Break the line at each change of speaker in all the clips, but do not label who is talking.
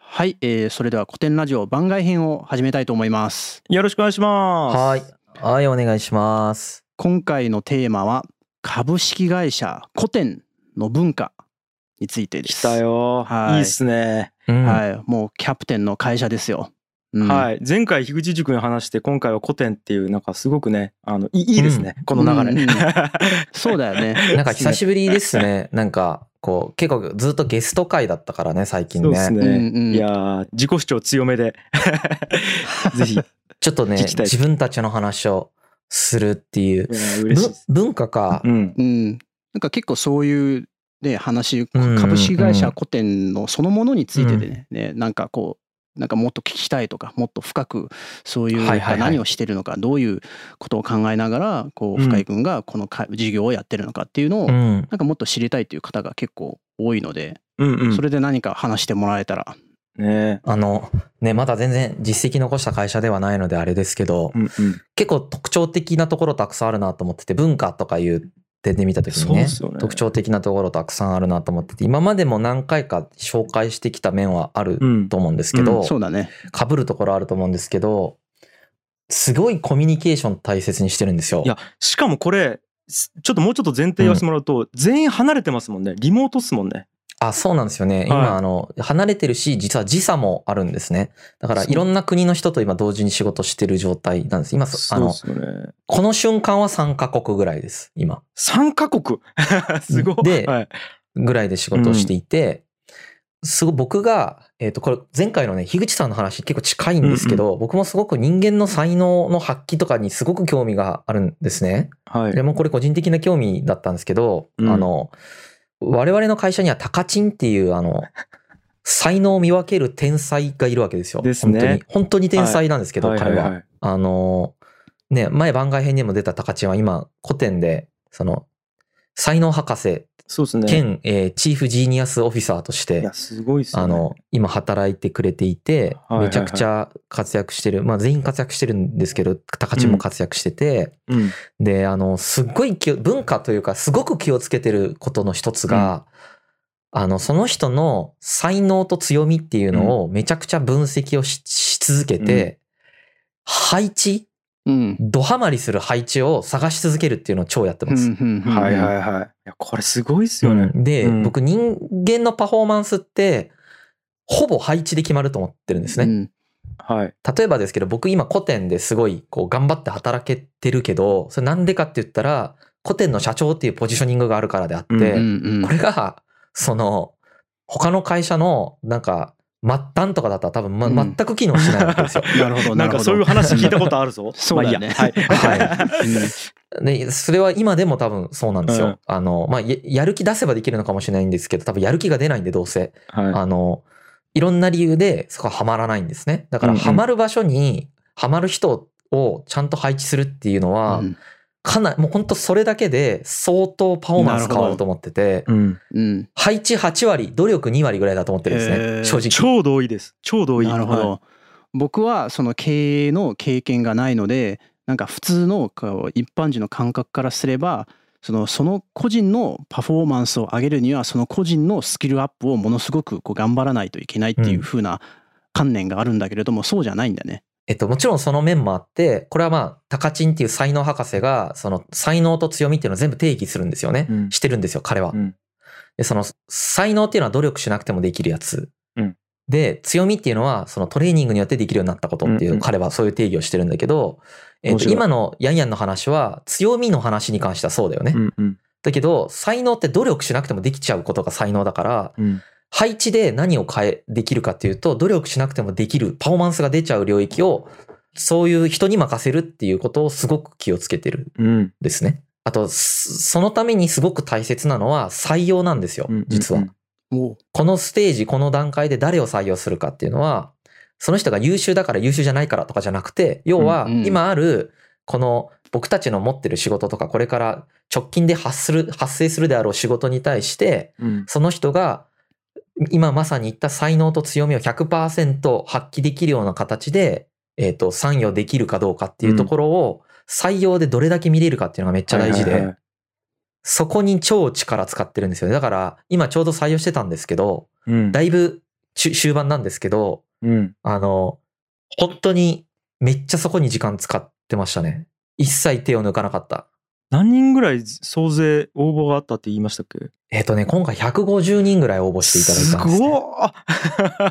はい、えー、それでは古典ラジオ番外編を始めたいと思います
よろしくお願いします
はいはいお願いします
今回のテーマは株式会社古典の文化についてです
来たよ、はい、いいっすね、
うん、はいもうキャプテンの会社ですよ
うん、はい、前回樋口塾の話して今回は古典っていうなんかすごくねあのいいですね、うん、この流れ、 うんうん、
そうだよね
なんか久しぶりですね なんかこう結構ずっとゲスト会だったからね最近ね、
ねうんうん、いや自己主張強めで ぜひ
ちょっとね自分たちの話をするっていう文化か、
うん、うん、なんか結構そういうね話株式会社古典のそのものについてでね,ね、ねなんかこうなんかもっと聞きたいとかもっと深くそういう何をしてるのかどういうことを考えながらこう深井君がこの事業をやってるのかっていうのをなんかもっと知りたいという方が結構多いのでそれで何か話してもらえたら。
ね、あのねまだ全然実績残した会社ではないのであれですけど、うんうん、結構特徴的なところたくさんあるなと思ってて文化とかいう点で見た時にね、ね、特徴的なところたくさんあるなと思ってて今までも何回か紹介してきた面はあると思うんですけど、
うんうんね、
かぶるところあると思うんですけどすごいコミュニケーション大切にしてるんですよ。
いやしかもこれちょっともうちょっと前提言わせてもらうと、うん、全員離れてますもんねリモートっすもんね。
あそうなんですよね。今、はい、あの、離れてるし、実は時差もあるんですね。だから、いろんな国の人と今、同時に仕事してる状態なんです。今、あの、ね、この瞬間は3カ国ぐらいです、今。
3カ国 すごい。
で、はい、ぐらいで仕事をしていて、うん、すご僕が、えっ、ー、と、これ、前回のね、樋口さんの話結構近いんですけど、うんうん、僕もすごく人間の才能の発揮とかにすごく興味があるんですね。はい。でも、これ個人的な興味だったんですけど、うん、あの、我々の会社にはタカチンっていうあの才能を見分ける天才がいるわけですよ。
ですね、
本当に本当に天才なんですけど、
はい、
彼
は
は,
いはいはい、
あのね前番外編にも出たタカチンは今古典でその才能博士
そうですね、
兼、えー、チーフジーニアスオフィサーとして、
いやすごいす、
ね、あの今働いてくれていて、はいはいはい、めちゃくちゃ活躍してる、まあ、全員活躍してるんですけど高知も活躍してて、うん、であのすっごい文化というかすごく気をつけてることの一つが、うん、あのその人の才能と強みっていうのをめちゃくちゃ分析をし続けて、うん、配置うん、ドハマりする配置を探し続けるっていうのを超やってます。うん
うんうん、はいはいはい。いやこれすごいっすよね。
うん、で、うん、僕人間のパフォーマンスってほぼ配置で決まると思ってるんですね。
はい、
例えばですけど僕今古典ですごいこう頑張って働けてるけどそれなんでかって言ったら古典の社長っていうポジショニングがあるからであって、うんうんうん、これがその他の会社のなんか末端とかだったら多分、ま、全く機能し ないわけですよ。
うん、なるほど。
なんかそういう話聞いたことあるぞ。
そうだね。
はい。はいで、それは今でも多分そうなんですよ。うん、あの、まあ、やる気出せばできるのかもしれないんですけど、多分やる気が出ないんで、どうせ。はい、あの、いろんな理由でそこはハマらないんですね。だから、ハマる場所に、ハマる人をちゃんと配置するっていうのは、うんかなり、もう本当それだけで相当パフォーマンス変わると思ってて、
うんうん、
配置8割、努力2割ぐらいだと思ってるんですね、えー、正直。
超同意です。超同意。
なるほど。はい、僕はその経営の経験がないので、なんか普通の一般人の感覚からすれば、そのその個人のパフォーマンスを上げるにはその個人のスキルアップをものすごくこう頑張らないといけないっていう風な観念があるんだけれども、うん、そうじゃないんだね。
えっと、もちろんその面もあって、これはまあ、タカチンっていう才能博士が、その才能と強みっていうのを全部定義するんですよね。うん、してるんですよ、彼は、うん、で、その才能っていうのは努力しなくてもできるやつ。
うん、
で、強みっていうのは、そのトレーニングによってできるようになったことっていう、うんうん、彼はそういう定義をしてるんだけど、えっと、今のヤンヤンの話は、強みの話に関してはそうだよね。
うんうん、
だけど、才能って努力しなくてもできちゃうことが才能だから、配置で何を変え、できるかっていうと、努力しなくてもできる、パフォーマンスが出ちゃう領域を、そういう人に任せるっていうことをすごく気をつけてるんですね。うん、あと、そのためにすごく大切なのは採用なんですよ、実は、
うんうんうん。
このステージ、この段階で誰を採用するかっていうのは、その人が優秀だから優秀じゃないからとかじゃなくて、要は今ある、この僕たちの持ってる仕事とか、これから直近で発する、発生するであろう仕事に対して、その人が今まさに言った才能と強みを100%発揮できるような形で、えっ、ー、と、参与できるかどうかっていうところを、採用でどれだけ見れるかっていうのがめっちゃ大事で、はいはいはい、そこに超力使ってるんですよね。だから、今ちょうど採用してたんですけど、うん、だいぶ終終盤なんですけど、
うん。
あの、本当にめっちゃそこに時間使ってましたね。一切手を抜かなかった。
何人ぐらい総勢応募があったって言いましたっけ
えっ、とね、今回150人ぐらい応募していただいたんです、ね。
ごっ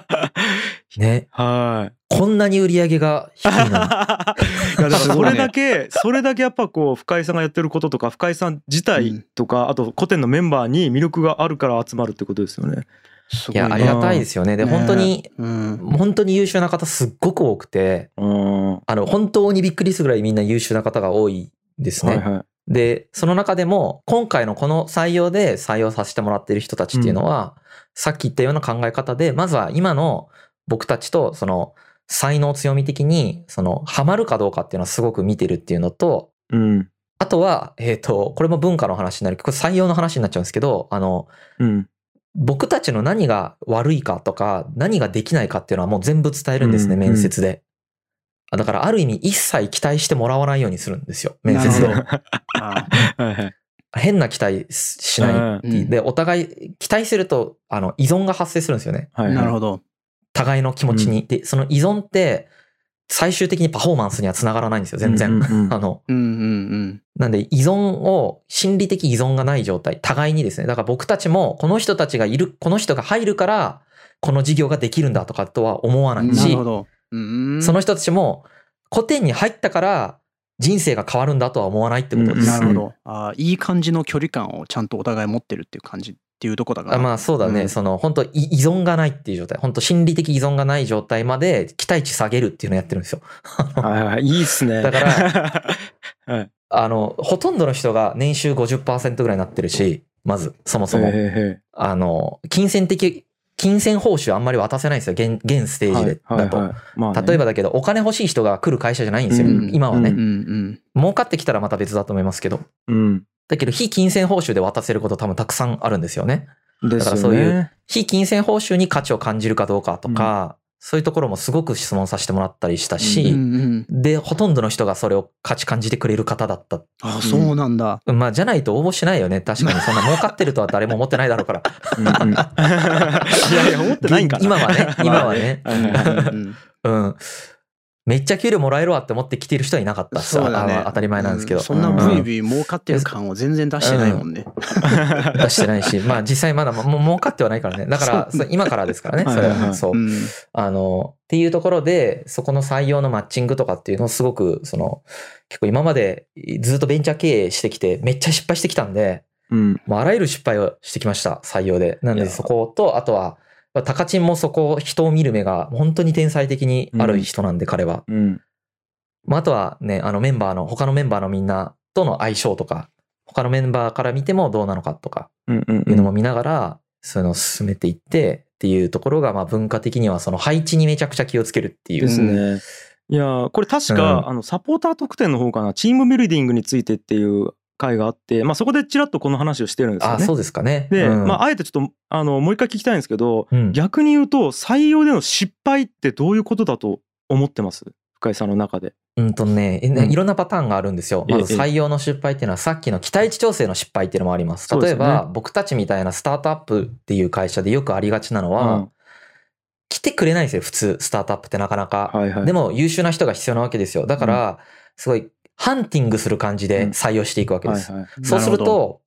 ね。
はい。
こんなに売り上げが低い のに。
いやだからそれだけ、それだけやっぱこう深井さんがやってることとか深井さん自体とか、あと古典のメンバーに魅力があるから集まるってことですよね。
す
いや、ありがたいですよね。で、
ね
本当に、
うん。
本当に優秀な方すっごく多くて、
うん。は
あの、本当にびっくりするぐらいみんな優秀な方が多いです
い
ね。
は
で、その中でも、今回のこの採用で採用させてもらっている人たちっていうのは、さっき言ったような考え方で、まずは今の僕たちと、その、才能強み的に、その、ハマるかどうかっていうのはすごく見てるっていうのと、
い。うん。
あとは、えっ、と、これも文化の話になるけど、これ採用の話になっちゃうんですけど、あの、
うん。
僕たちの何が悪いかとか、何ができないかっていうのはもう全部伝えるんですね、
うん
面接で。あだから、ある意味、一切期待してもらわないようにするんですよ、面接
そ
で
うな
は
る
い
ほどあ
はい。
変な期待しない
は
うん
で、お互い期待すると、あの、依存が発生するんですよね。
い。
なるほ
ど。
ど。
互いの気持ちに。で、その依存って、最終的にパフォーマンスにはつながらないんですよ、全然。
うんう んうん
あの、
うんうん
なんで依存を、心理的依存がない状態、互いにですね。だから僕たちも、この人たちがいる、この人が入るから、この事業ができるんだとかとは思わ
う。
なんい
なる
し
ほ、ど。うん
その人たちも、古典に入ったから、人生が変わるんだとは思わないってことです。
なるほど。あーいい感じの距離感をちゃんとお互い持ってるっていう感じっていうとこだから。
あまあそうだね、
うん
その本当依依存がないっていう状態本当心理的依存がない状態まで期待値下げるっていうのをやってるんですよ
はいはいはい。いいっすね。、
だから
はい。
あのほとんどの人が年収50%ぐらいになってるしまずそもそも、
へーへ
あの金銭的金銭報酬あんまり渡せないんですよ現現ステ
ー
ー
はい
ジで、
はい
だと、
はいまあね
例えばだけどお金欲しい人が来る会社じゃないんですよ、
うん
今はね、
うんうん。
儲かってきたらまた別だと思いますけど
うん。
だけど非金銭報酬で渡せること多分たくさんあるんですよね
で
だから
す
そ
よ
うい
ね。
非金銭報酬に価値を感じるかどうかとか、そういうところもすごく質問させてもらったりした
う
し、
んうん。
で、ほとんどの人がそれを価値感じてくれる方だった。
あそうなんだ。
まあ、じゃないと応募しないよね。確かにそんな儲かってるとは誰も思ってないだろうから。
うんうん い やいや、思ってないんかな。
今はね、今はね。
はいはいはい
うん
うん。めっちゃ給料もらえるわって思って来てる人はいなかったし
そうだね
あ当たり前なんですけど。
うそんな
うん
ブイブイ儲かってる感を全然出してないもんね。
出してないし、まあ実際まだもう儲かってはないからね。だから、そう今からですからね。そ
は
れ
いはいは
は。
い
そう
う。ん
あの、っていうところで、そこの採用のマッチングとかっていうのをすごく、その、結構今までずっとベンチャー経営してきて、めっちゃ失敗してきたんで、
うん。
もうあらゆる失敗をしてきました、採用で。なん
い
で
や
そこと、あとは、タカチンもそこ、人を見る目が本当に天才的にある人なんで、彼は。
うん。
まあ、あとはね、あのメンバーの、他のメンバーのみんなとの相性とか、他のメンバーから見てもどうなのかとか、
うんうん
いうのも見ながら、そういうのを進めていって、っていうところが、まあ文化的にはその配置にめちゃくちゃ気をつけるっていう
で。す
う
ね。いやーこれ確か、
うん
あのサポーター特典の方かなチームビルディングについてっていう回があって、まあ、そこでちらっとこの話をしてるんですよ
あ、
ね
そ。うですかね。
で、
うん
まあ、あえてちょっとあのもう一回聞きたいんですけど
うん
逆に言うと採用での失敗ってどういうことだと思ってます深井さんの中で。
うんとね、えね
うん
いろんなパターンがあるんですよ。
ええ
まず採用の失敗っていうのは、さっきの期待値調整の失敗っていうのもあります。
そうで
例
す
え
ね
ば、僕たちみたいなスタートアップっていう会社でよくありがちなのは、
うん
来てくれないんですよ、普通、スタートアップってなかなか。
はいはい
でも、優秀な人が必要なわけですよ。だから、すごい、ハンティングする感じで採用していくわけです。
はいはい
そうする
なるほ
と、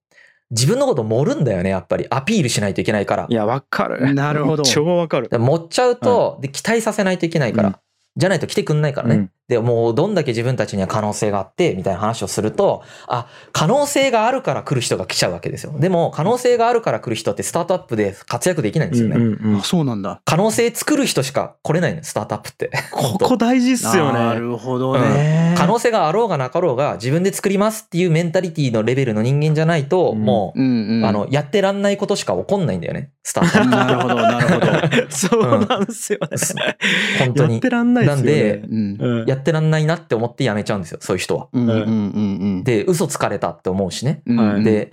自分のこと盛るんだよね、やっぱり。アピールしないといけないから
い。やわかる。
なるほど
超わかる。
で盛っちゃうと、で期待させないといけないから、
うん
じゃないと来てくんないからね、
うん
でもうどんだけ自分たちには可能性があってみたいな話をするとあ可能性があるから来る人が来ちゃうわけですよでも可能性があるから来る人ってスタートアップで活躍できないんですよね、
うんうんうん
あそうなんだ。
可能性作る人しか来れないのスタートアップって
ここ大事っすよ
な
ね。
るほどね。
可能性があろうがなかろうが自分で作りますっていうメンタリティのレベルの人間じゃないと、
うん
もう、
うんうん
あのやってらんないことしか起こんないんだよねスタートアッ
なるほどなるほど。
そうなんですよね。
プ本当
やっ
に
てらんないですよね。
なんで
うん
うん
やってらんないなって思ってやめちゃうんですよそういう人は。
うんうんうんうん。
で、嘘つかれたって思うしね。
うん
はい
うん、
で、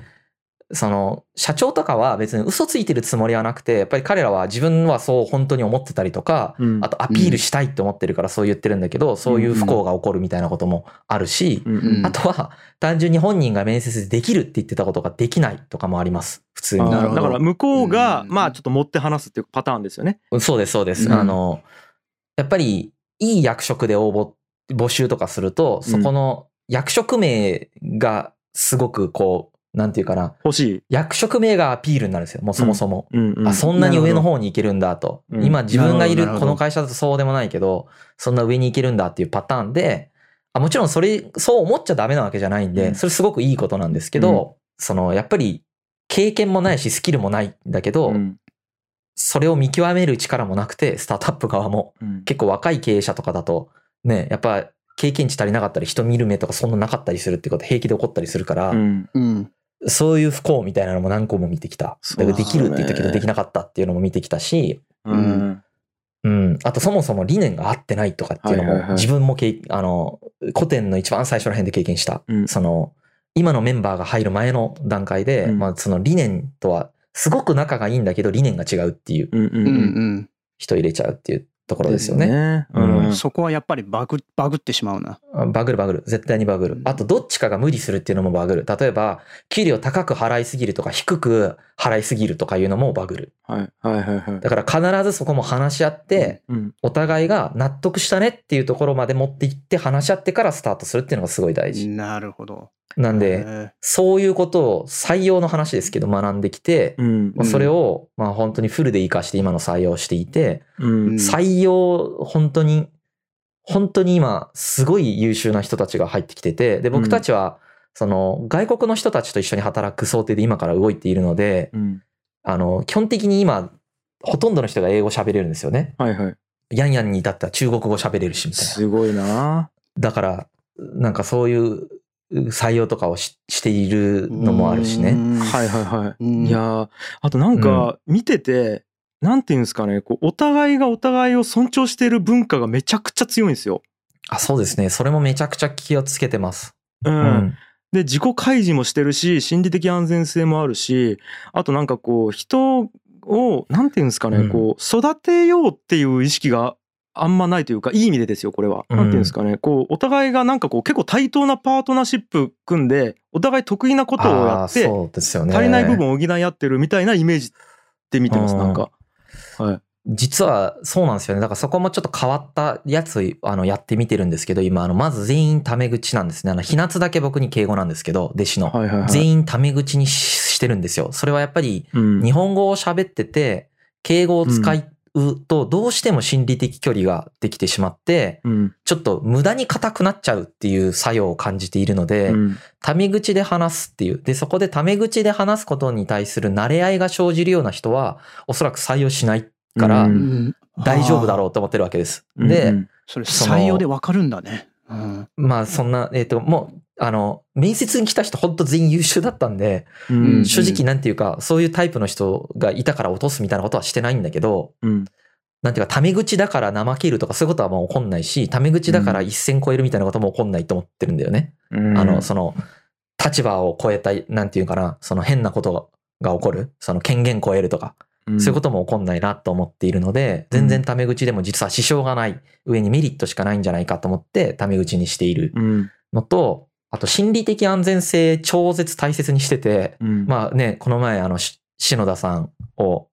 その社長とかは別に嘘ついてるつもりはなくてやっぱり彼らは自分はそう本当に思ってたりとか、
うん
あとアピールしたいって思ってるからそう言ってるんだけど、そういう不幸が起こるみたいなこともあるし、
うん
うん
あとは単純に本人が面接でできるって言ってたことができないとかもあります普通
あー
なる
に。
ほど
だから向こうが、
うん
まあちょっと持って話すっていうパターンですよね。
そうですそうです。
うん
あのやっぱりいい役職で応募募集とかするとそこの役職名がすごくこうなんていうかな
欲しい。
役職名がアピールになるんですよもうそもそも。
うんうん
あそんなに上の方に行けるんだと、
なるほどうん
今自分が
なるほど
い
なるほ
るこ
ど
の会社だとそうでもないけどそんな上に行けるんだっていうパターンであもちろんそれそう思っちゃダメなわけじゃないんで、
うん
それすごくいいことなんですけど、そのやっぱり経験もないしスキルもないんだけど、
うん
それを見極める力もなくてスタートアップ側も
うん
結構若い経営者とかだとねやっぱ経験値足りなかったり人見る目とかそんななかったりするってこと平気で起こったりするから、
うん
うん
そういう不幸みたいなのも何個も見てきた。
そ
だ
う
か
だ
ら
ね
できるって言ったけどできなかったっていうのも見てきたし、
うん
うん。あとそもそも理念が合ってないとかっていうの
はいはいは
も、
い
自分も経あの、古典の一番最初ら辺で経験した。
うん
その、今のメンバーが入る前の段階で、
うん
まあその理念とは、すごく仲がいいんだけど理念が違うっていう
うんう
う
んうんん
うん
人入れちゃうっていうところですよね。
う
うん
ん
そこはやっぱりバグバグってしまうな。
あバグるバグる。絶対にバグ
う
る。
ん
あと、どっちかが無理するっていうのもバグる。例えば、給料高く払いすぎるとか、低く払いすぎるとかいうのもバグる。
はいはいはいはい
だから必ずそこも話し合って、
うん
お互いが納得したねっていうところまで持っていって話し合ってからスタートするっていうのがすごい大事。
なるほど。
なん
へ
で、
ー
そういうことを採用の話ですけど学んできて
う、ん
まあそれをまあ本当にフルで活かして今の採用をしていて、
うん
採用本当に、本当に今すごい優秀な人たちが入ってきてて、で、僕たちはその外国の人たちと一緒に働く想定で今から動いているので、
うん
あの、基本的に今ほとんどの人が英語喋れるんですよね。
はいはい
ヤンヤンに至っては中国語喋れるしみたいな。
すごいな
だから、なんかそういう採用とかをししているのもあるしね。
はいはいは
う
い
ん
いやーあとなんか見ててなんていうんですかねこうお互いがお互いを尊重している文化がめちゃくちゃ強いんですよ
あ、そうですね。それもめちゃくちゃ気をつけてます。
う。
うん
で自己開示もしてるし心理的安全性もあるしあとなんかこう人をなんていうんですかね、
うん
こう育てようっていう意識があんまないというかいい意味でですよこれは。
うん
なんていうんですかねこうお互いがなんかこう結構対等なパートナーシップ組んでお互い得意なことをや
あー
って
そうですよね。
足りない部分を補い合ってるみたいなイメージで見てます
うん
なんか。はい、
実はそうなんですよね。だからそこもちょっと変わったやつをあのやってみてるんですけど、今、あのまず全員タメ口なんですね。あの、ひなつだけ僕に敬語なんですけど、弟子の。
はいはいはい。
全員タメ口にししてるんですよ。それはやっぱり
うん
日本語を喋ってて、敬語を使うと、どうしても心理的距離ができてしまって、
うん
ちょっと無駄に硬くなっちゃうっていう作用を感じているので、
うん
タメ口で話すっていう。で、そこでタメ口で話すことに対する慣れ合いが生じるような人は、おそらく採用しないから、
うん
うん
大丈夫だろうと思ってるわけです。で、
うん
それ
その
採用でわかるんだね。うん
まあそんな、えっ、と、もう、あの、面接に来た人ほんと全員優秀だったんで、
うん
正直なんていうか、そういうタイプの人がいたから落とすみたいなことはしてないんだけど、
うん
なんていうか、タメ口だから怠けるとかそういうことはもう起こんないし、タメ口だから一線超えるみたいなことも起こんないと思ってるんだよね。
うん
あの、その、立場を超えた、なんていうかな、その変なことが起こる、その権限超えるとか、
ん
そういうことも起こんないなと思っているので、全然タメ口でも実は支障がない上にメリットしかないんじゃないかと思ってタメ口にしている
うん
のと、あと心理的安全性超絶大切にしてて、
うん
まあね、この前あの、し篠田さんを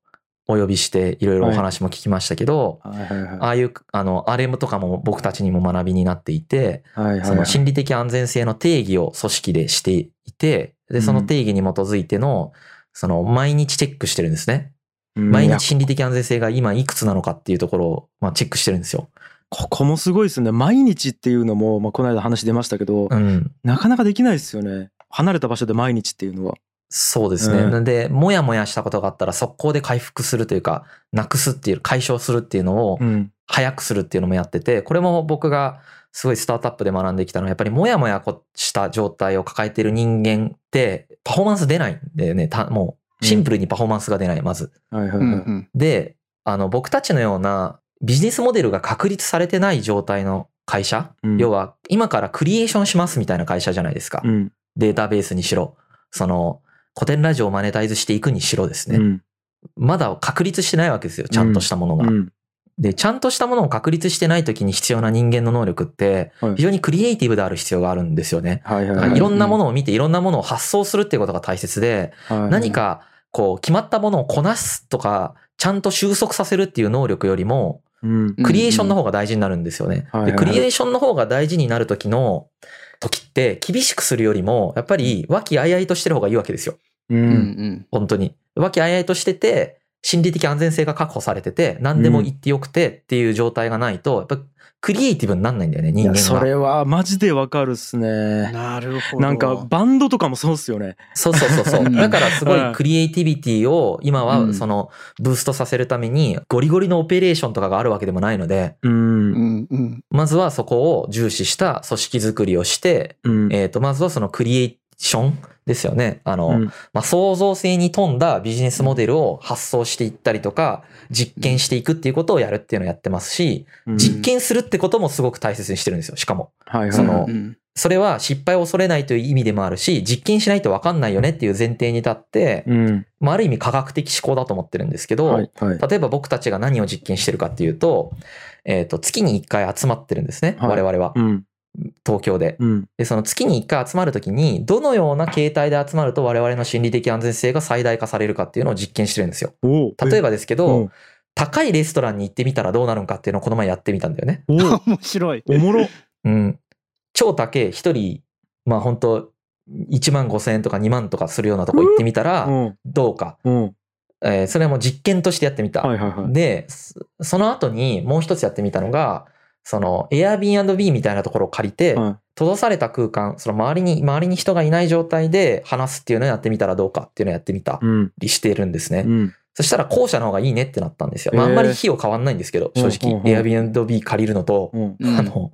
お呼びしていろいろお話も聞きましたけど、
はいはいはい
ああいう、あの、あれもとかも僕たちにも学びになっていて、
はいはいはい
その心理的安全性の定義を組織でしていて、で、その定義に基づいての、その毎日チェックしてるんですね。
うん
毎
いや
日心理的安全性が今いくつなのかっていうところを、まあ、チェックしてるんですよ。
ここもすごいですね毎日っていうのも、まあ、この間話出ましたけど、
うん。
なかなかできないですよね離れた場所で毎日っていうのは
そうですね。
うん
なんで、もやもやしたことがあったら速攻で回復するというか、なくすっていう、解消するっていうのを
うん
早くするっていうのもやってて、これも僕がすごいスタートアップで学んできたのは、やっぱりもやもやこした状態を抱えてる人間って、パフォーマンス出ないんだよね。たもう、シンプルにパフォーマンスが出ない、まず。
はいはいはい、
うんうん
で、あの、僕たちのようなビジネスモデルが確立されてない状態の会社、
うん
要は今からクリエーションしますみたいな会社じゃないですか。
うん
データベースにしろ、その、古典ラジオをマネタイズしていくにしろですね、
うん
まだ確立してないわけですよ、ちゃんとしたものが。
うん
で、ちゃんとしたものを確立してない時に必要な人間の能力って
はい、
非常にクリエイティブである必要があるんですよね。
はいはい
だ
は
か
い
らいろんなものを見て、いろんなものを発想するっていうことが大切で、
はい
何か、こう、決まったものをこなすとか、ちゃんと収束させるっていう能力よりも、
うん
クリエーションの方が大事になるんですよね
うんうん。
で
はい
ク
はいはい
リエーションの方が大事になる時の、時って厳しくするよりも、やっぱり和気あいあいとしてる方がいいわけですよ。
う
うん
ん
本当に。和気あいあいとしてて、心理的安全性が確保されてて、何でも言ってよくてっていう状態がないと、やっぱクリエイティブになんないんだよね、
い
人間
や
が。
それはマジでわかるっす
うん
ね
なるほど。
なんかバンドとかもそうっすよね
そうそうそう そうう。
ん
だからすご
うん
いクリエイティビティを今
う
は
ん
そのブーストさせるためにゴリゴリのオペレーションとかがあるわけでもないので、
うん
うんうん
まずはそこを重視した組織づくりをして、
うん
えっと、まずはそのクリエーションですよね。あ
う
の
ん、
まあ、創造性に富んだビジネスモデルを発想していったりとか、実験していくっていうことをやるっていうのをやってますし、
うん
じ
実験するってこともすごく大切にしてるんですよ、しかも。
はいはい
その
うん
それは失敗を恐れないという意味でもあるし、実験しないと分かんないよねっていう前提に立って、
うん
まあ、ある意味科学的思考だと思ってるんですけど、
はいはい
例えば僕たちが何を実験してるかっていうと、えっ、と、月に1回集まってるんですね、
はい
我々は
う、ん
東京で。
うん
で、その月に1回集まるときに、どのような形態で集まると我々の心理的安全性が最大化されるかっていうのを実験してるんですよ。
おう
例えばですけど、
うん
高いレストランに行ってみたらどうなるんかっていうのをこの前やってみたんだよね。
おう
面白い。
おも ろ
うん。超高い、一人、まあ本当1万5千円とか2万とかするようなとこ行ってみた
う
ら、
ん
どうか。
うん
えーそれはもう実験としてやってみた。
はいはいはい
で、そその後にもう一つやってみたのが、その Airbnb みたいなところを借りて、
はい
閉ざされた空間、その周りに、周りに人がいない状態で話すっていうのをやってみたらどうかっていうのをやってみた
うん
りしてるんですね。
うん
そしたら後者の方がいいねってなったんですよ。まあ、
へ
あ
え
んまり費用変わんないんですけど、正直。
うんうん
Airbnb 借りるのと、
うん
うん
あの、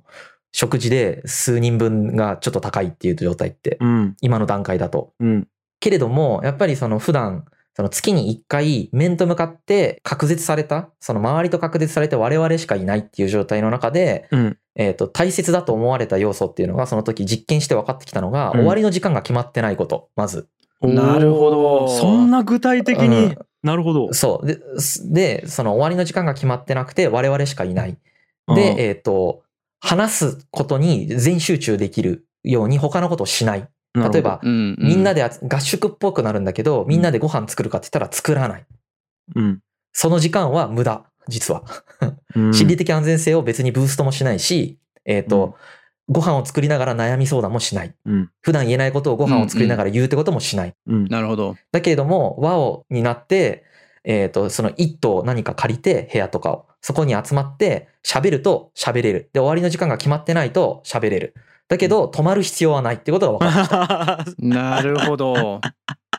食事で数人分がちょっと高いっていう状態って、
うん
今の段階だと。
うん
けれども、やっぱりその普段、その月に1回面と向かって隔絶された、その周りと隔絶されて我々しかいないっていう状態の中で、
うん
えっ、と、大切だと思われた要素っていうのが、その時実験して分かってきたのが、
うん
終わりの時間が決まってないこと、まず。
なるほど
おーそんな具体的
う
に
ん
なるほど
そう。ですで、その終わりの時間が決まってなくて、我々しかいない。で、えっ、と、話すことに全集中できるように他のことをしない。
うん
例えば、
うん
みんな
で、
で集合宿っぽくなるんだけど、みんなでご飯作るかって言ったら作らない。
うん
その時間は無駄、実は。
うん
心理的安全性を別にブーストもしないし、えっ、と、ご飯を作りながら悩み相談もしない。
うん
普段言えないことをご飯を作りながら言うってこともしない。
うん
なるほど。
だけれども、和をになって、えっ、と、その一棟何か借りて、部屋とかを。そこに集まって、喋ると喋れる。で、終わりの時間が決まってないと喋れる。だけど、止まる必要はないってことが分かる。
なるほど。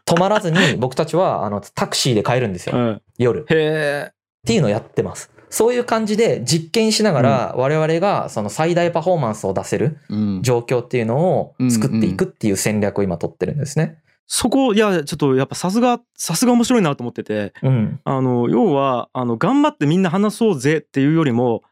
止まらずに僕たちは、あの、タクシーで帰るんです
う
よ。
ん
夜。
へえ
っていうのをやってます。そういう感じで実験しながら我々がその最大パフォーマンスを出せる
うん
状況っていうのを作っていくっていう戦略を今取ってるんですね。
そこいやちょっとやっぱさすがさすが面白いなと思ってて
うん。
あの要はあの頑張ってみんな話そうぜっていうよりも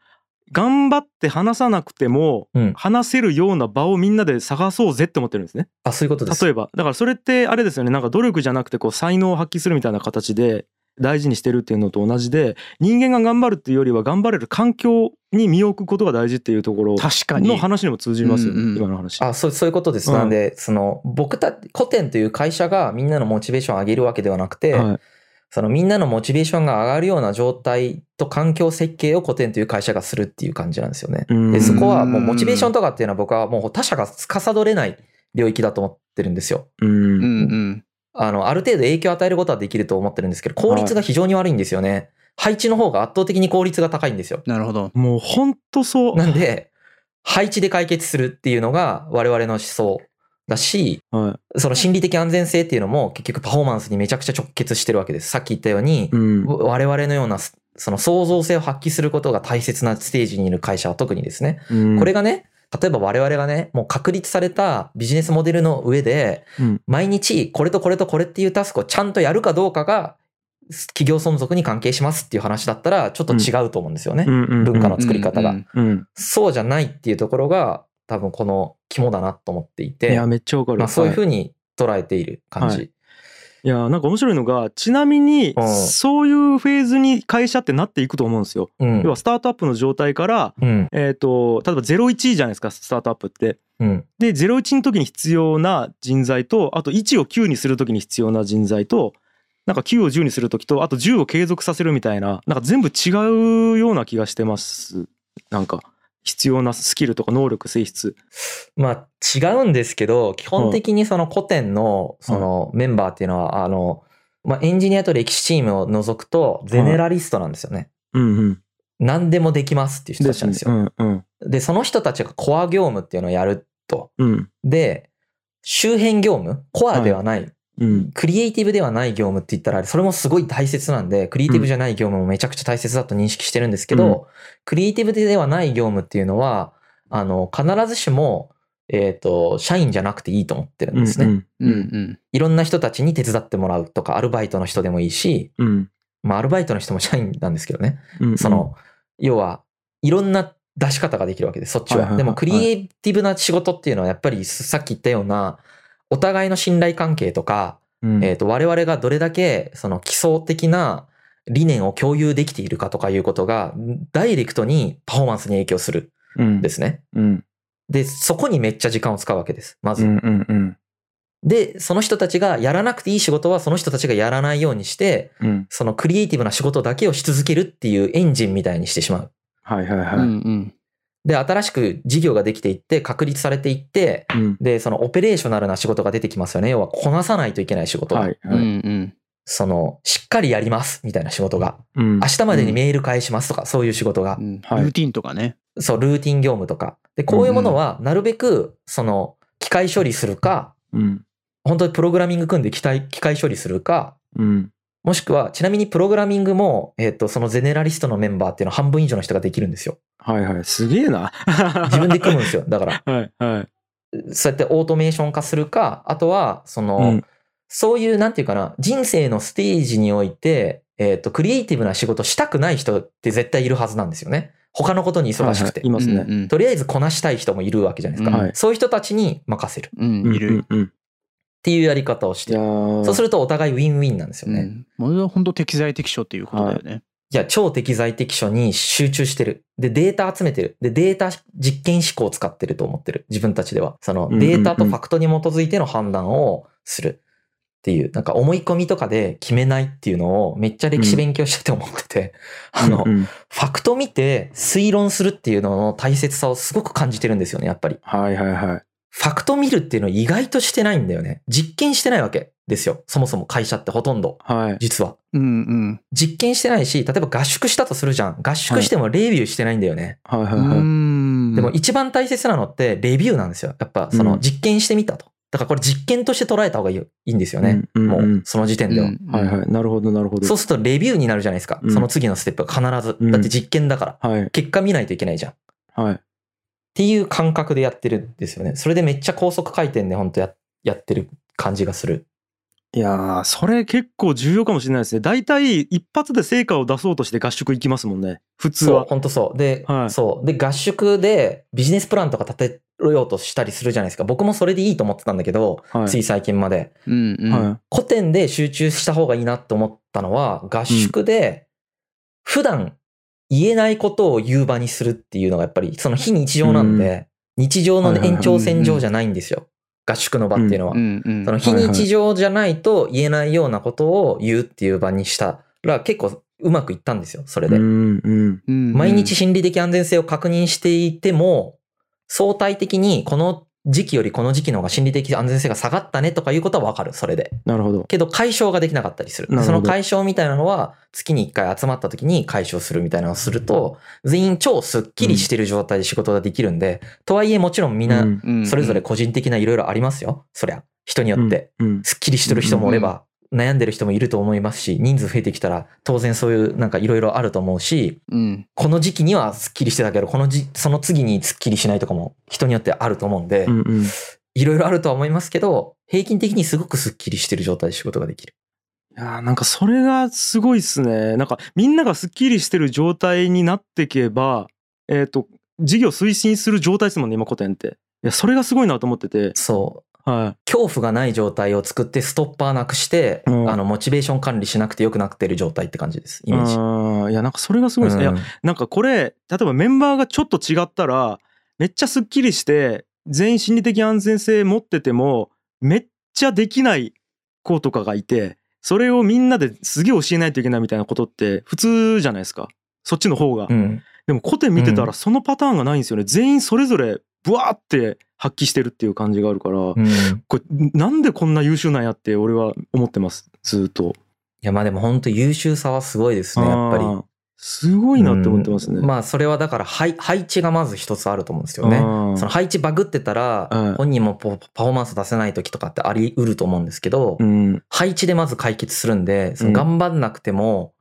頑張って話さなくても
うん。
話せるような場をみんなで探そうぜって思ってるんですね
あ、そういうことです。
例えばだからそれってあれですよねなんか努力じゃなくてこう才能を発揮するみたいな形で大事にしてるっていうのと同じで人間が頑張るっていうよりは頑張れる環境に身を置くことが大事っていうところ
確か
の
に。
話にも通じますよね、
うんうん
今の話。
あそうそういうことです。
うん
なんで、その、僕た、古典という会社がみんなのモチベーションを上げるわけではなくて、
はい
そのみんなのモチベーションが上がるような状態と環境設計を古典という会社がするっていう感じなんですよね。
うん
で、そこはもうモチベーションとかっていうのは僕はもう他者が司れない領域だと思ってるんですよ。
うん
うんうん。
あの、ある程度影響を与えることはできると思ってるんですけど、効率が非常に悪いんですよね。配置の方が圧倒的に効率が高いんですよ。
なるほど。
もうほんとそう。
なんで、配置で解決するっていうのが我々の思想だし、
は
その心理的安全性っていうのも結局パフォーマンスにめちゃくちゃ直結してるわけです。さっき言ったように
い。う、ん。
我々のようなすその創造性を発揮することが大切なステージにいる会社は特にですね、これ
が、
がね、例えば我々がね、もう確立されたビジネスモデルの上で、
うん
毎日これとこれとこれっていうタスクをちゃんとやるかどうかが、企業存続に関係しますっていう話だったら、ちょっと違うと思うんですよね。文
文
化の作り方が
うん
うん。
そうじゃないっていうところが、多分この肝だなと思ってい
い
て、
や、めっちゃわかる。
まあ、そういうふうに捉えている感じ。
はいやなんか面白いのがちなみに
うん
そういうフェーズに会社ってなっていくと思うんですよ。
うん
要はスタートアップの状態から、
うん
えー、と例えば01じゃないですかスタートアップって。
うん
で01の時に必要な人材とあと1を9にする時に必要な人材となんか9を10にする時とあと10を継続させるみたいななんか全部違うような気がしてますなんか必要なスキルとか能力性質
まあ違うんですけど、基本的にその古典のそのメンバーっていうのは、あの、まあエンジニアと歴史チームを除くと、ゼネラリストなんですよね。
うんうん
何でもできますっていう人たちなんですよ。
うんうん
で、その人たちがコア業務っていうのをやると。
うん
で、周辺業務、コアではない、
うん
クリエイティブではない業務って言ったら、それもすごい大切なんで、クリエイティブじゃない業務もめちゃくちゃ大切だと認識してるんですけど、
うん
クリエイティブではない業務っていうのは、あの、必ずしも、えっ、と、社員じゃなくていいと思ってるん
うん
ですね。
うんうん
いろんな人たちに手伝ってもらうとか、アルバイトの人でもいいし、
うん
まあ、アルバイトの人も社員なんですけどね。
うん
その、要は、いろんな出し方ができるわけです、そっち
はいはいは
は。
い
でも、クリエイティブな仕事っていうのは、やっぱりさっき言ったような、お互いの信頼関係とか、
うん
えっと、我々がどれだけ、その基礎的な理念を共有できているかとかいうことが、ダイレクトにパフォーマンスに影響する
うん
んですね。
うん
で、そこにめっちゃ時間を使うわけです、ま
う
ず。
んうんうん
で、その人たちがやらなくていい仕事は、その人たちがやらないようにして、
うん
そのクリエイティブな仕事だけをし続けるっていうエンジンみたいにしてしまう。
はいはいは
う
い
んうん
で、新しく事業ができていって、確立されていって、
うん
で、そのオペレーショナルな仕事が出てきますよね。要は、こなさないといけない仕事が。
はい
うんう
はい
ん
その、しっかりやります、みたいな仕事が。
明
明日までにメール返しますとか、そういう仕事が
う。んル
はい
ーティンとかね
そう、ルーティン業務とか。で、こういうものは、なるべく、その、機械処理するか、
うん
本当にプログラミング組んで機械機械処理するか、
うん
もしくは、ちなみにプログラミングも、えっ、と、そのゼネラリストのメンバーっていうのは半分以上の人ができるんですよ。
はいはいすげえな
自分で組むんですよ。だ から、
はいはい
そうやってオートメーション化するか、あとは、その、
うん
そういう、なんていうかな、人生のステージにおいて、えっ、と、クリエイティブな仕事したくない人って絶対いるはずなんですよね。他のことに忙しくて。
はいはいいますね
うん
とりあえずこなしたい人もいるわけじゃないですか。
はい
そういう人たちに任せるっ
うんうんいる
うんうんうん
ていうやり方をし
い
て
や
る。
ー
そうするとお互いウィンウィンなんですよね。
うんこれは本当適材適所っていうことだよね
いや、超適材適所に集中してる。で、データ集めてる。で、データ実験思考を使ってると思ってる。自分たちでは。その
うんうんうん
データとファクトに基づいての判断をするっていう。なんか思い込みとかで決めないっていうのをめっちゃ歴史勉強してて思ってて。あの、
うんうん
ファクト見て推論するっていうのの大切さをすごく感じてるんですよね、やっぱり。
はいはいはい
ファクト見るっていうのを意外としてないんだよね。実験してないわけですよ。そもそも会社ってほとんど。
はい
実は。
うんうん
実験してないし、例えば合宿したとするじゃん。合宿してもレビューしてないんだよね。
はいは
う
いはい
ん
でも一番大切なのってレビューなんですよ。やっぱそうの
ん
実験してみたと。だからこれ実験として捉えた方がいいいいんですよね。
うんうん
も
うん
うその時点では。
うん
はいはいなるほどなるほど
そうするとレビューになるじゃないですか
う。ん
その次のステップが必ず
う。ん
だって実験だから。
はい
結果見ないといけないじゃん。っ
はい
ていう感覚でやってるんですよね。それでめっちゃ高速回転で本当ややってる感じがする。
いやーそれ結構重要かもしれないですね大体一発で成果を出そうとして合宿行きますもんね普通
そう、
は
本当そう。で、
はい
そう。で、合宿でビジネスプランとか立てようとしたりするじゃないですか。僕もそれでいいと思ってたんだけど、
はい
つい最近まで。
うんうん
は
古典で集中した方がいいなって思ったのは、合宿で普段言えないことを言う場にするっていうのがやっぱりその非日常なんで、日常の
はいはいはい
延長線上じゃないんですよ。合宿の場っていうのは
う。んうん
その非日常じゃないと言えないようなことを言うっていう場にしたら結構うまくいったんですよ、それ
いう
で。
んうん
うんうん
毎日心理的安全性を確認していても、相対的にこの時期よりこの時期の方が心理的安全性が下がったねとかいうことはわかる、それで。
なるほど
けど解消ができなかったりする
なるほど
その解消みたいなのは月に1回集まった時に解消するみたいなのをすると全員超すっきりしてる状態で仕事ができるんで、とはいえもちろんみん
う
なん
うんうん
それぞれ個人的ないろいろありますよそりゃ人によって、
うん
すっきりしてる人もおれば、悩んでる人もいると思いますし人数増えてきたら当然そういうなんかいろいろあると思うし
うん
この時期にはすっきりしてたけどこのじその次にすっきりしないとかも人によってあると思うんで
うんうん
いろいろあるとは思いますけど平均的にすごくすっきりしてる状態で仕事ができる。
いやーなんかそれがすごいっすねなんかみんながすっきりしてる状態になっていけばえっ、と事業推進する状態ですもんね今古典っていやそれがすごいなと思ってて
そう。
は
恐怖がない状態を作ってストッパーなくして、
うん
あのモチベーション管理しなくてよくなってる状態って感じです
い。
イメージ。
うんいやなんかそれがすごいですね。いや
うん
なんかこれ例えばメンバーがちょっと違ったらめっちゃすっきりして全員心理的安全性持っててもめっちゃできない子とかがいてそれをみんなですげえ教えないといけないみたいなことって普通じゃないですかそっちの方が。
うん
でも古典見てた
う
らそのパターンがないんですよね、全員それぞれブワーって発揮してるっていう感じがあるから、
うんい
これなんでこんな優秀なんやって俺は思ってますずーっと。
やまあでも本当優秀さはすごいですねやっぱり
あ。ーすごいなって思ってますね。
うんまあそれはだから配配置がまず一つあると思うんですよ
あ
ね。
ー
その配置バグってた
うん
ら本人もポパフォーマンス出せない時とかってあり得ると思うんですけど、
うん、
配置でまず解決するんで、その
うん
頑張んなくても、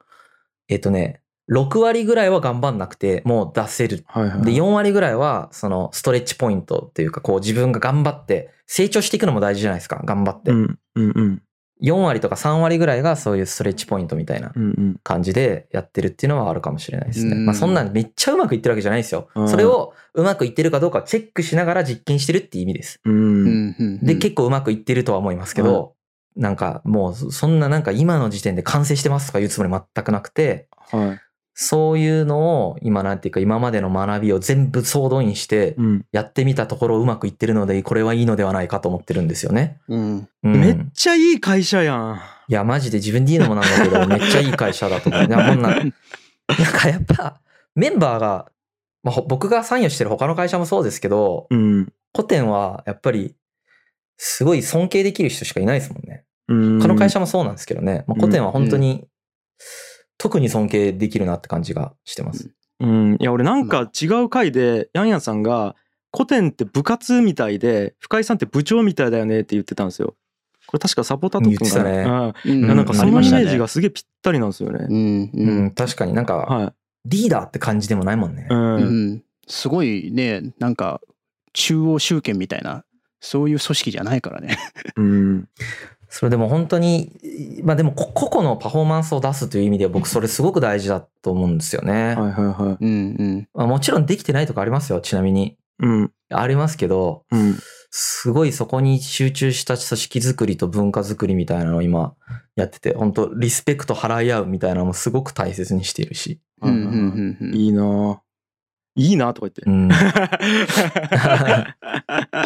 えっとね、6割ぐらいは頑張んなくてもう出せる。
はいはい。
で、4割ぐらいはそのストレッチポイントっていうか、こう自分が頑張って、成長していくのも大事じゃないですか、頑張って。
うんうんうん
4割とか3割ぐらいがそういうストレッチポイントみたいな
うんうん
感じでやってるっていうのはあるかもしれないですね。
うん
まあそんなんめっちゃうまくいってるわけじゃないですよ。
うん
それをうまくいってるかどうかチェックしながら実験してるっていう意味です。
うんうん
で、結構うまくいってるとは思いますけど、なんかもうそそんななんか今の時点で完成してますとか言うつもり全くなくて、
はい
そういうのを今なんていうか今までの学びを全部総動員して
うん
やってみたところうまくいってるので、これはいいのではないかと思ってるんですよね。
うん
うん
めっちゃいい会社やん。
いや、マジで自分で言うのもなんだけ ど、めっちゃいい会社だと思う。いや、こんな、なんかやっぱ、メンバーが、まあ、ほ僕が参与してる他の会社もそうですけど、
うん
古典はやっぱり、すごい尊敬できる人しかいないですもんね。
うん、
他の会社もそうなんですけどね。まあ、古典は本当に、特に尊敬できるなって感じがしてます。
うん、いや俺なんか違う回でヤンヤンさんが「古典って部活みたいで深井さんって部長みたいだよね」って言ってたんですよ。これ確かサポーターと
言ってたね
うん
う
いやなんかそ
あり
の
ま
イ
したね
メージがすげえぴったりなんですよね。
うん
う、
うんん
確かになんか、
はい。
リーダーって感じでもないもんね。
うん。
う
うん
んすごいねなんか中央集権みたいなそういう組織じゃないからね。
うん。
それでも本当に、まあでもこ個々のパフォーマンスを出すという意味では僕それすごく大事だと思うんですよね。
はいはいはい。
うんうん
まあ、もちろんできてないとかありますよ、ちなみに。
うん。
ありますけど、
うん。
すごいそこに集中した組織づくりと文化づくりみたいなのを今やってて、本当リスペクト払い合うみたいなのもすごく大切にしているし。
うんうんうんうん。
いいなぁいいなぁとか言って
う。ん。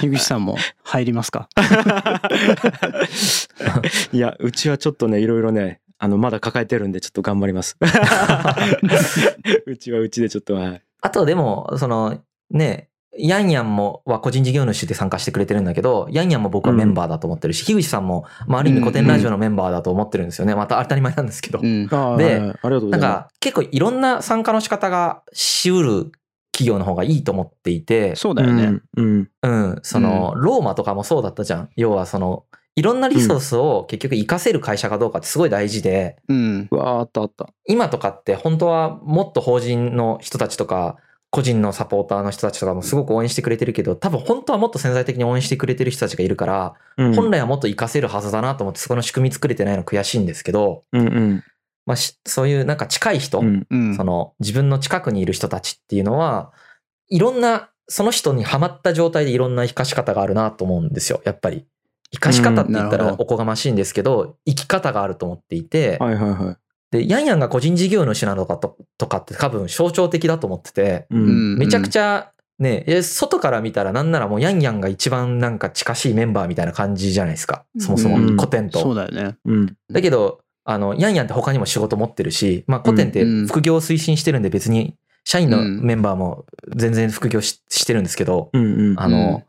樋口さんも入りますか。
いや、うちはちょっとね、いろいろね、あの、まだ抱えてるんで、ちょっと頑張り ます。うちはうちでちょっと、はい。
あとでも、その、ね、ヤンヤンもは個人事業主で参加してくれてるんだけど、ヤンヤンも僕はメンバーだと思ってるし、樋口さんも、まあ、ある意味古典ラジオのメンバーだと思ってるんですよね。また当たり前なんですけど。
うん
あ
で
はいはいありがとうござ
ないん
ま
か結構いろんな参加の仕方がしうる企業の方がいいと思っていて、
そう
す。
だよね。
うん。うん。
うん、その、ローマとかもそうだったじゃん。要はその、いろんなリソースを結局活かせる会社かどうかってすごい大事で、
うん
うわーあったあった。
今とかって本当はもっと法人の人たちとか、個人のサポーターの人たちとかもすごく応援してくれてるけど、多分本当はもっと潜在的に応援してくれてる人たちがいるから、
うん
本来はもっと活かせるはずだなと思って、そこの仕組み作れてないの悔しいんですけど、
うんうん
まあし、そういうなんか近い人、
うん。
うん
その自分の近くにいる人たちっていうのは、いろんな、その人にハマった状態でいろんな生かし方があるなと思うんですよ、やっぱり。生かし方って言
うんな
った
る
ら
ほど
おこがましいんですけど、生き方があると思っていて、
はいはいはい。
で、ヤンヤンが個人事業主なのかととかって多分象徴的だと思ってて、
う。
うんん
めちゃくちゃね、え外から見たらなんならもうヤンヤンが一番なんか近しいメンバーみたいな感じじゃないですか、そもそも
うん
古典と。
そうだよね。
うん。
だけど、あの、ヤンヤンって他にも仕事持ってるし、まあ、古典って
うん
副業を推進してるんで別に、社員の
うん
メンバーも全然副業ししてるんですけど、
うんうん。
あの、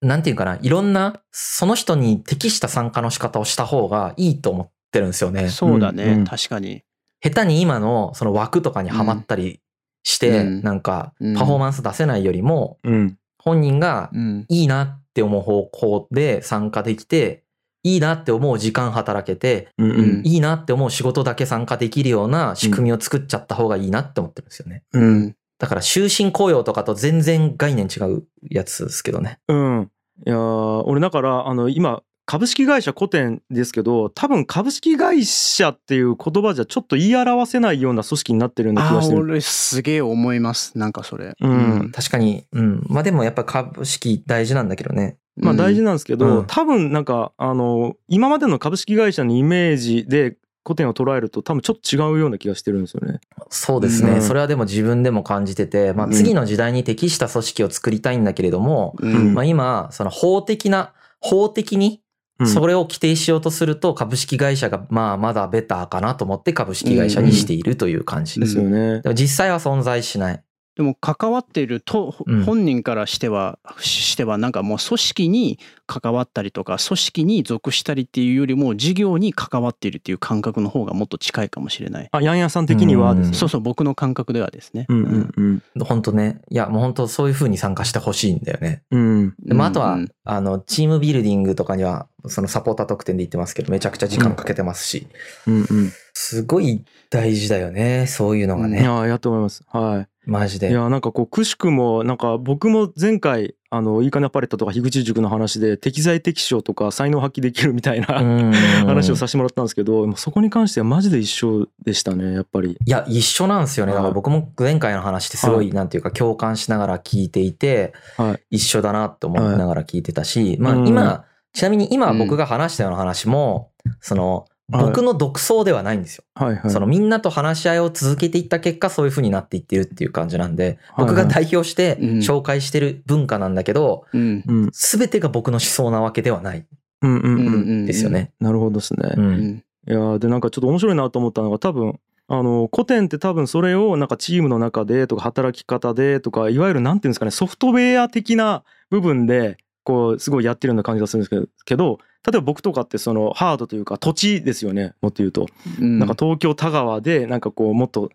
なんていうかな、いろんな、その人に適した参加の仕方をした方がいいと思ってるんですよね。
そうだ
うんう
ね。
ん
確かに。
下手に今のその枠とかにはまったりして、
うん
なんか、
うん
パフォーマンス出せないよりも、
うん。
本人が
うん
いいなって思う方向で参加できて、いいなって思う時間働けて、
うんうん。
いいなって思う仕事だけ参加できるような仕組みを作っちゃった方がいいなって思ってるんですよね。
う。
うんん
だから終身雇用とかと全然概念違うやつですけどね。
うん。いやー俺だから、あの、今、株式会社古典ですけど、多分株式会社っていう言葉じゃちょっと言い表せないような組織になってるような気
あ
が
あ
してる。
俺すげえ思いますなんかそれ。
うん
確かに、うん。まあでもやっぱ株式大事なんだけどね。
まあ大事
な
なんですけど、
うん
多分なんかあの今までの株式会社のイメージで古典を捉えると多分ちょっと違うような気がしてるんですよね。
そうですね、
うん
それはでも自分でも感じてて、まあ、
うん
次の時代に適した組織を作りたいんだけれども、
うん
まあ、今その法的な法的に
うん
それを規定しようとすると株式会社がまあまだベターかなと思って株式会社にしているという感じ、
うん
ですよね。
でも実際は存在しない
でも関わっていると
うん
本人からしては、してはなんかもう組織に関わったりとか組織に属したりっていうよりも事業に関わっているっていう感覚の方がもっと近いかもしれない。
あヤンヤンさん的には
うん
ですね。
そうそう僕の感覚ではですね。
うんうんうん
本当ねいやもう本当そういう風に参加してほしいんだよね
うん
うん
でもあとは、
うん
あのチームビルディングとかにはそのサポーター特典で言ってますけどめちゃくちゃ時間かけてますし、
うんうん。
すごい大事だよねそういうのが
い
ね、
ややっと思います。はい。
マジで
いやなんかこうくしくもなんか僕も前回あのいいかなパレットとか樋口塾の話で適材適所とか才能発揮できるみたいな、話をさせてもらったんですけど、もうそこに関してはマジで一緒でしたねやっぱり。
いや、一緒なんですよね。だから
はい
僕も前回の話ってすご、
はいい
なんていうか共感しながら聞いていて、
は
一緒だなって思いながら聞いてたし、まあ
うん
今、ちなみに今
うん
僕が話したような話も、その、
はい
僕の独走ではないんですよ。
はいはい。
そのみんなと話し合いを続けていった結果、そういう風になっていってるっていう感じなんで、
はい
僕が代表して
うん
紹介してる文化なんだけど、
うん
うん
すべてが僕の思想なわけではない
うんうん
うんう
うん。
ん
んですよ。ね。
なるほどですね。
う。
うんん
いやーでなんかちょっと面白いなと思ったのが多分あの古典って多分それをなんかチームの中でとか働き方でとかいわゆるなんていうんですかねソフトウェア的な部分でこうすごいやってるような感じがするんですけどけど例えば僕とかってそのハードというか土地ですよねもっと言うと
うん
なんか東京田川でなんかこうもっと,、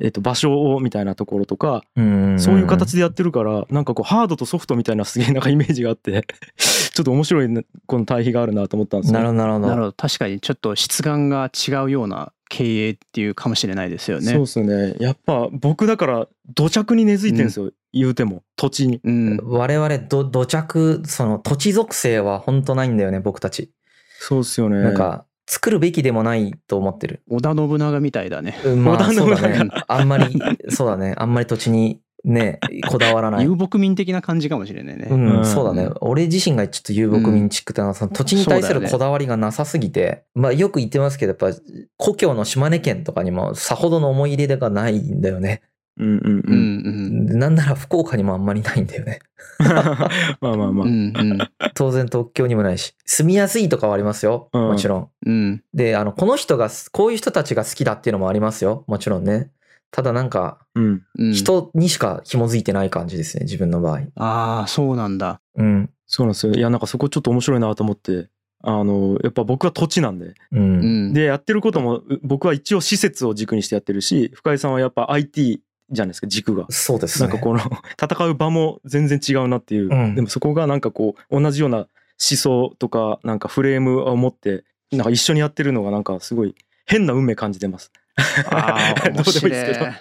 えっと場所をみたいなところとか
うん
そういう形でやってるから、なんかこう、ハードとソフトみたいなすげえなんかイメージがあって、 ちょっと面白いねこの対比があるなと思ったんですよ。
なるほど、なるほど
なる。ほど確かにちょっと質感が違うような経営っていうかもしれないですよね。
そうですよね。やっぱ僕だから土着に根付いてるんですよ、言うても、土地に。
うん
我々ど土着その土地属性は本当ないんだよね僕たち、
そうっすよね。
なんか作るべきでもないと思ってる、
織田信長みたいだね。
うん まあ
織田
そ
信
う
長
だねあんまりそうだねあんまり土地にねこだわらない
遊牧民的な感じかもしれないね。
うん、
うん
そうだね俺自身がちょっと遊牧民地区ってのはその土地に対するこだわりがなさすぎて、まあよく言ってますけどやっぱ故郷の島根県とかにもさほどの思い入れがないんだよね
うんうん
う
うん。
ん
なんなら福岡にもあんまりないんだよね
まあまあ
う
まあ。
んうん
当然東京にもないし住みやすいとかはありますよ
うん
もちろん
うん
で、あの、この人が、こういう人たちが好きだっていうのもありますよ。もちろんね。ただなんか、
うん。
うん。
人にしか紐づいてない感じですね、自分の場合。
ああそうなんだ。
うん。
そうなんですよ。いや、なんかそこちょっと面白いなと思って。あのやっぱ僕は土地なんで
う。
うんん。
でやってることもう僕は一応施設を軸にしてやってるし深井さんはやっぱ IT じゃないですか軸が
そうです
なん
ね。
かこの 戦う場も全然違うなっていう、
うん
でもそこがなんかこう同じような思想とかなんかフレームを持ってなんか一緒にやってるのがなんかすごい変な運命感じてます。
ああ 面
どうでも
白
いいですけど
い。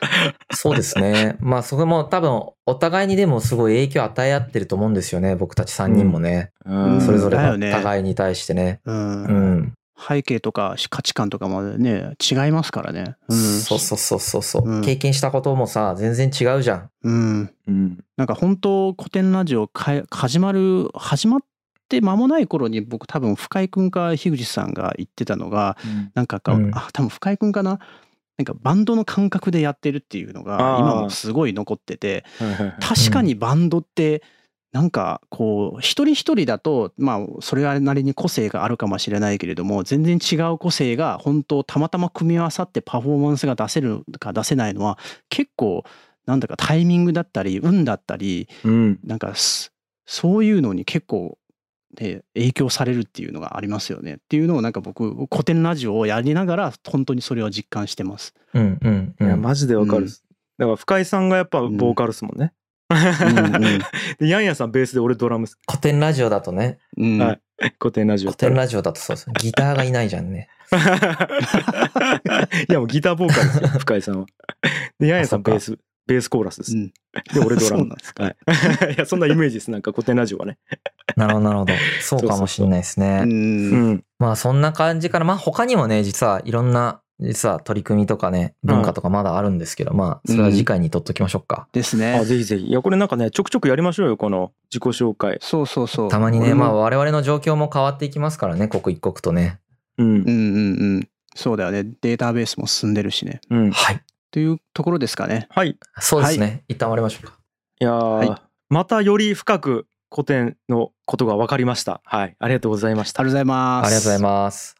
そうですね。まあそこも多分、お互いにでもすごい影響を与え合ってると思うんですよね。僕たち3人もね。
うん
それぞれ
だ
が
よね
互いに対してね。
う。
うんん。
背景とか価値観とかもね違いますからね。うん。
そうそうそうそうそう、
うん
経験したこともさ、全然違うじゃん。
うん。
うん
なんか本当古典ラジオかえ始まる始まって間もない頃に僕多分深井君か樋口さんが言ってたのがなんかか、
うん
あ多分深井君かななんかバンドの感覚でやってるっていうのが
あー
今もすごい残ってて
はいはいはい
確かにバンドってなんかこう一人一人だとまあそれなりに個性があるかもしれないけれども全然違う個性が本当たまたま組み合わさってパフォーマンスが出せるか出せないのは結構なんだかタイミングだったり運だったり
うん
なんかすそういうのに結構、ね、影響されるっていうのがありますよねっていうのをなんか僕古典ラジオをやりながら本当にそれを実感してます。
うんうん、う
いや
ん。
マジでわかるっす、だから深井さんがやっぱボーカルっすもんね。 でヤンヤンさんベースで俺ドラムっす
古典ラジオだとね、
うんうん
はい古典ラジオ
古典ラジオだとそうです。ギターがいないじゃんね。
いやもうギターボーカルですよ深井さんは。でヤンヤンさんベースベースコーラスです。
うん
で俺ド
そう
ラ
な
ム
ん。ですか、
はい いやそんなイメージですなんか古典ラジオはね。
なるほど、なるほど。そうかもしれないですね。
うん
ん
まあそんな感じかな。まあ他にもね、実はいろんな実は取り組みとかね、文化とかまだあるんですけど、まあ、それは次回に取っときましょうか。
ですね
あ、。ぜひぜひ。いや、これなんかね、ちょくちょくやりましょうよ、この自己紹介。
そうそうそう。
たまにね、
俺も
まあ我々の状況も変わっていきますからね、刻一刻とね。
うん
う。んうんうん。そうだよね。データベースも進んでるしね。
うん。
はい。
というところですかね。
はい。い
そうですね。一旦終わりましょうか。
やー、
はい
またより深く古典のことが分かりました。はい。ありがとうございまし
あ
た
りがとう。ござい
あ
ます。
りがとうございます。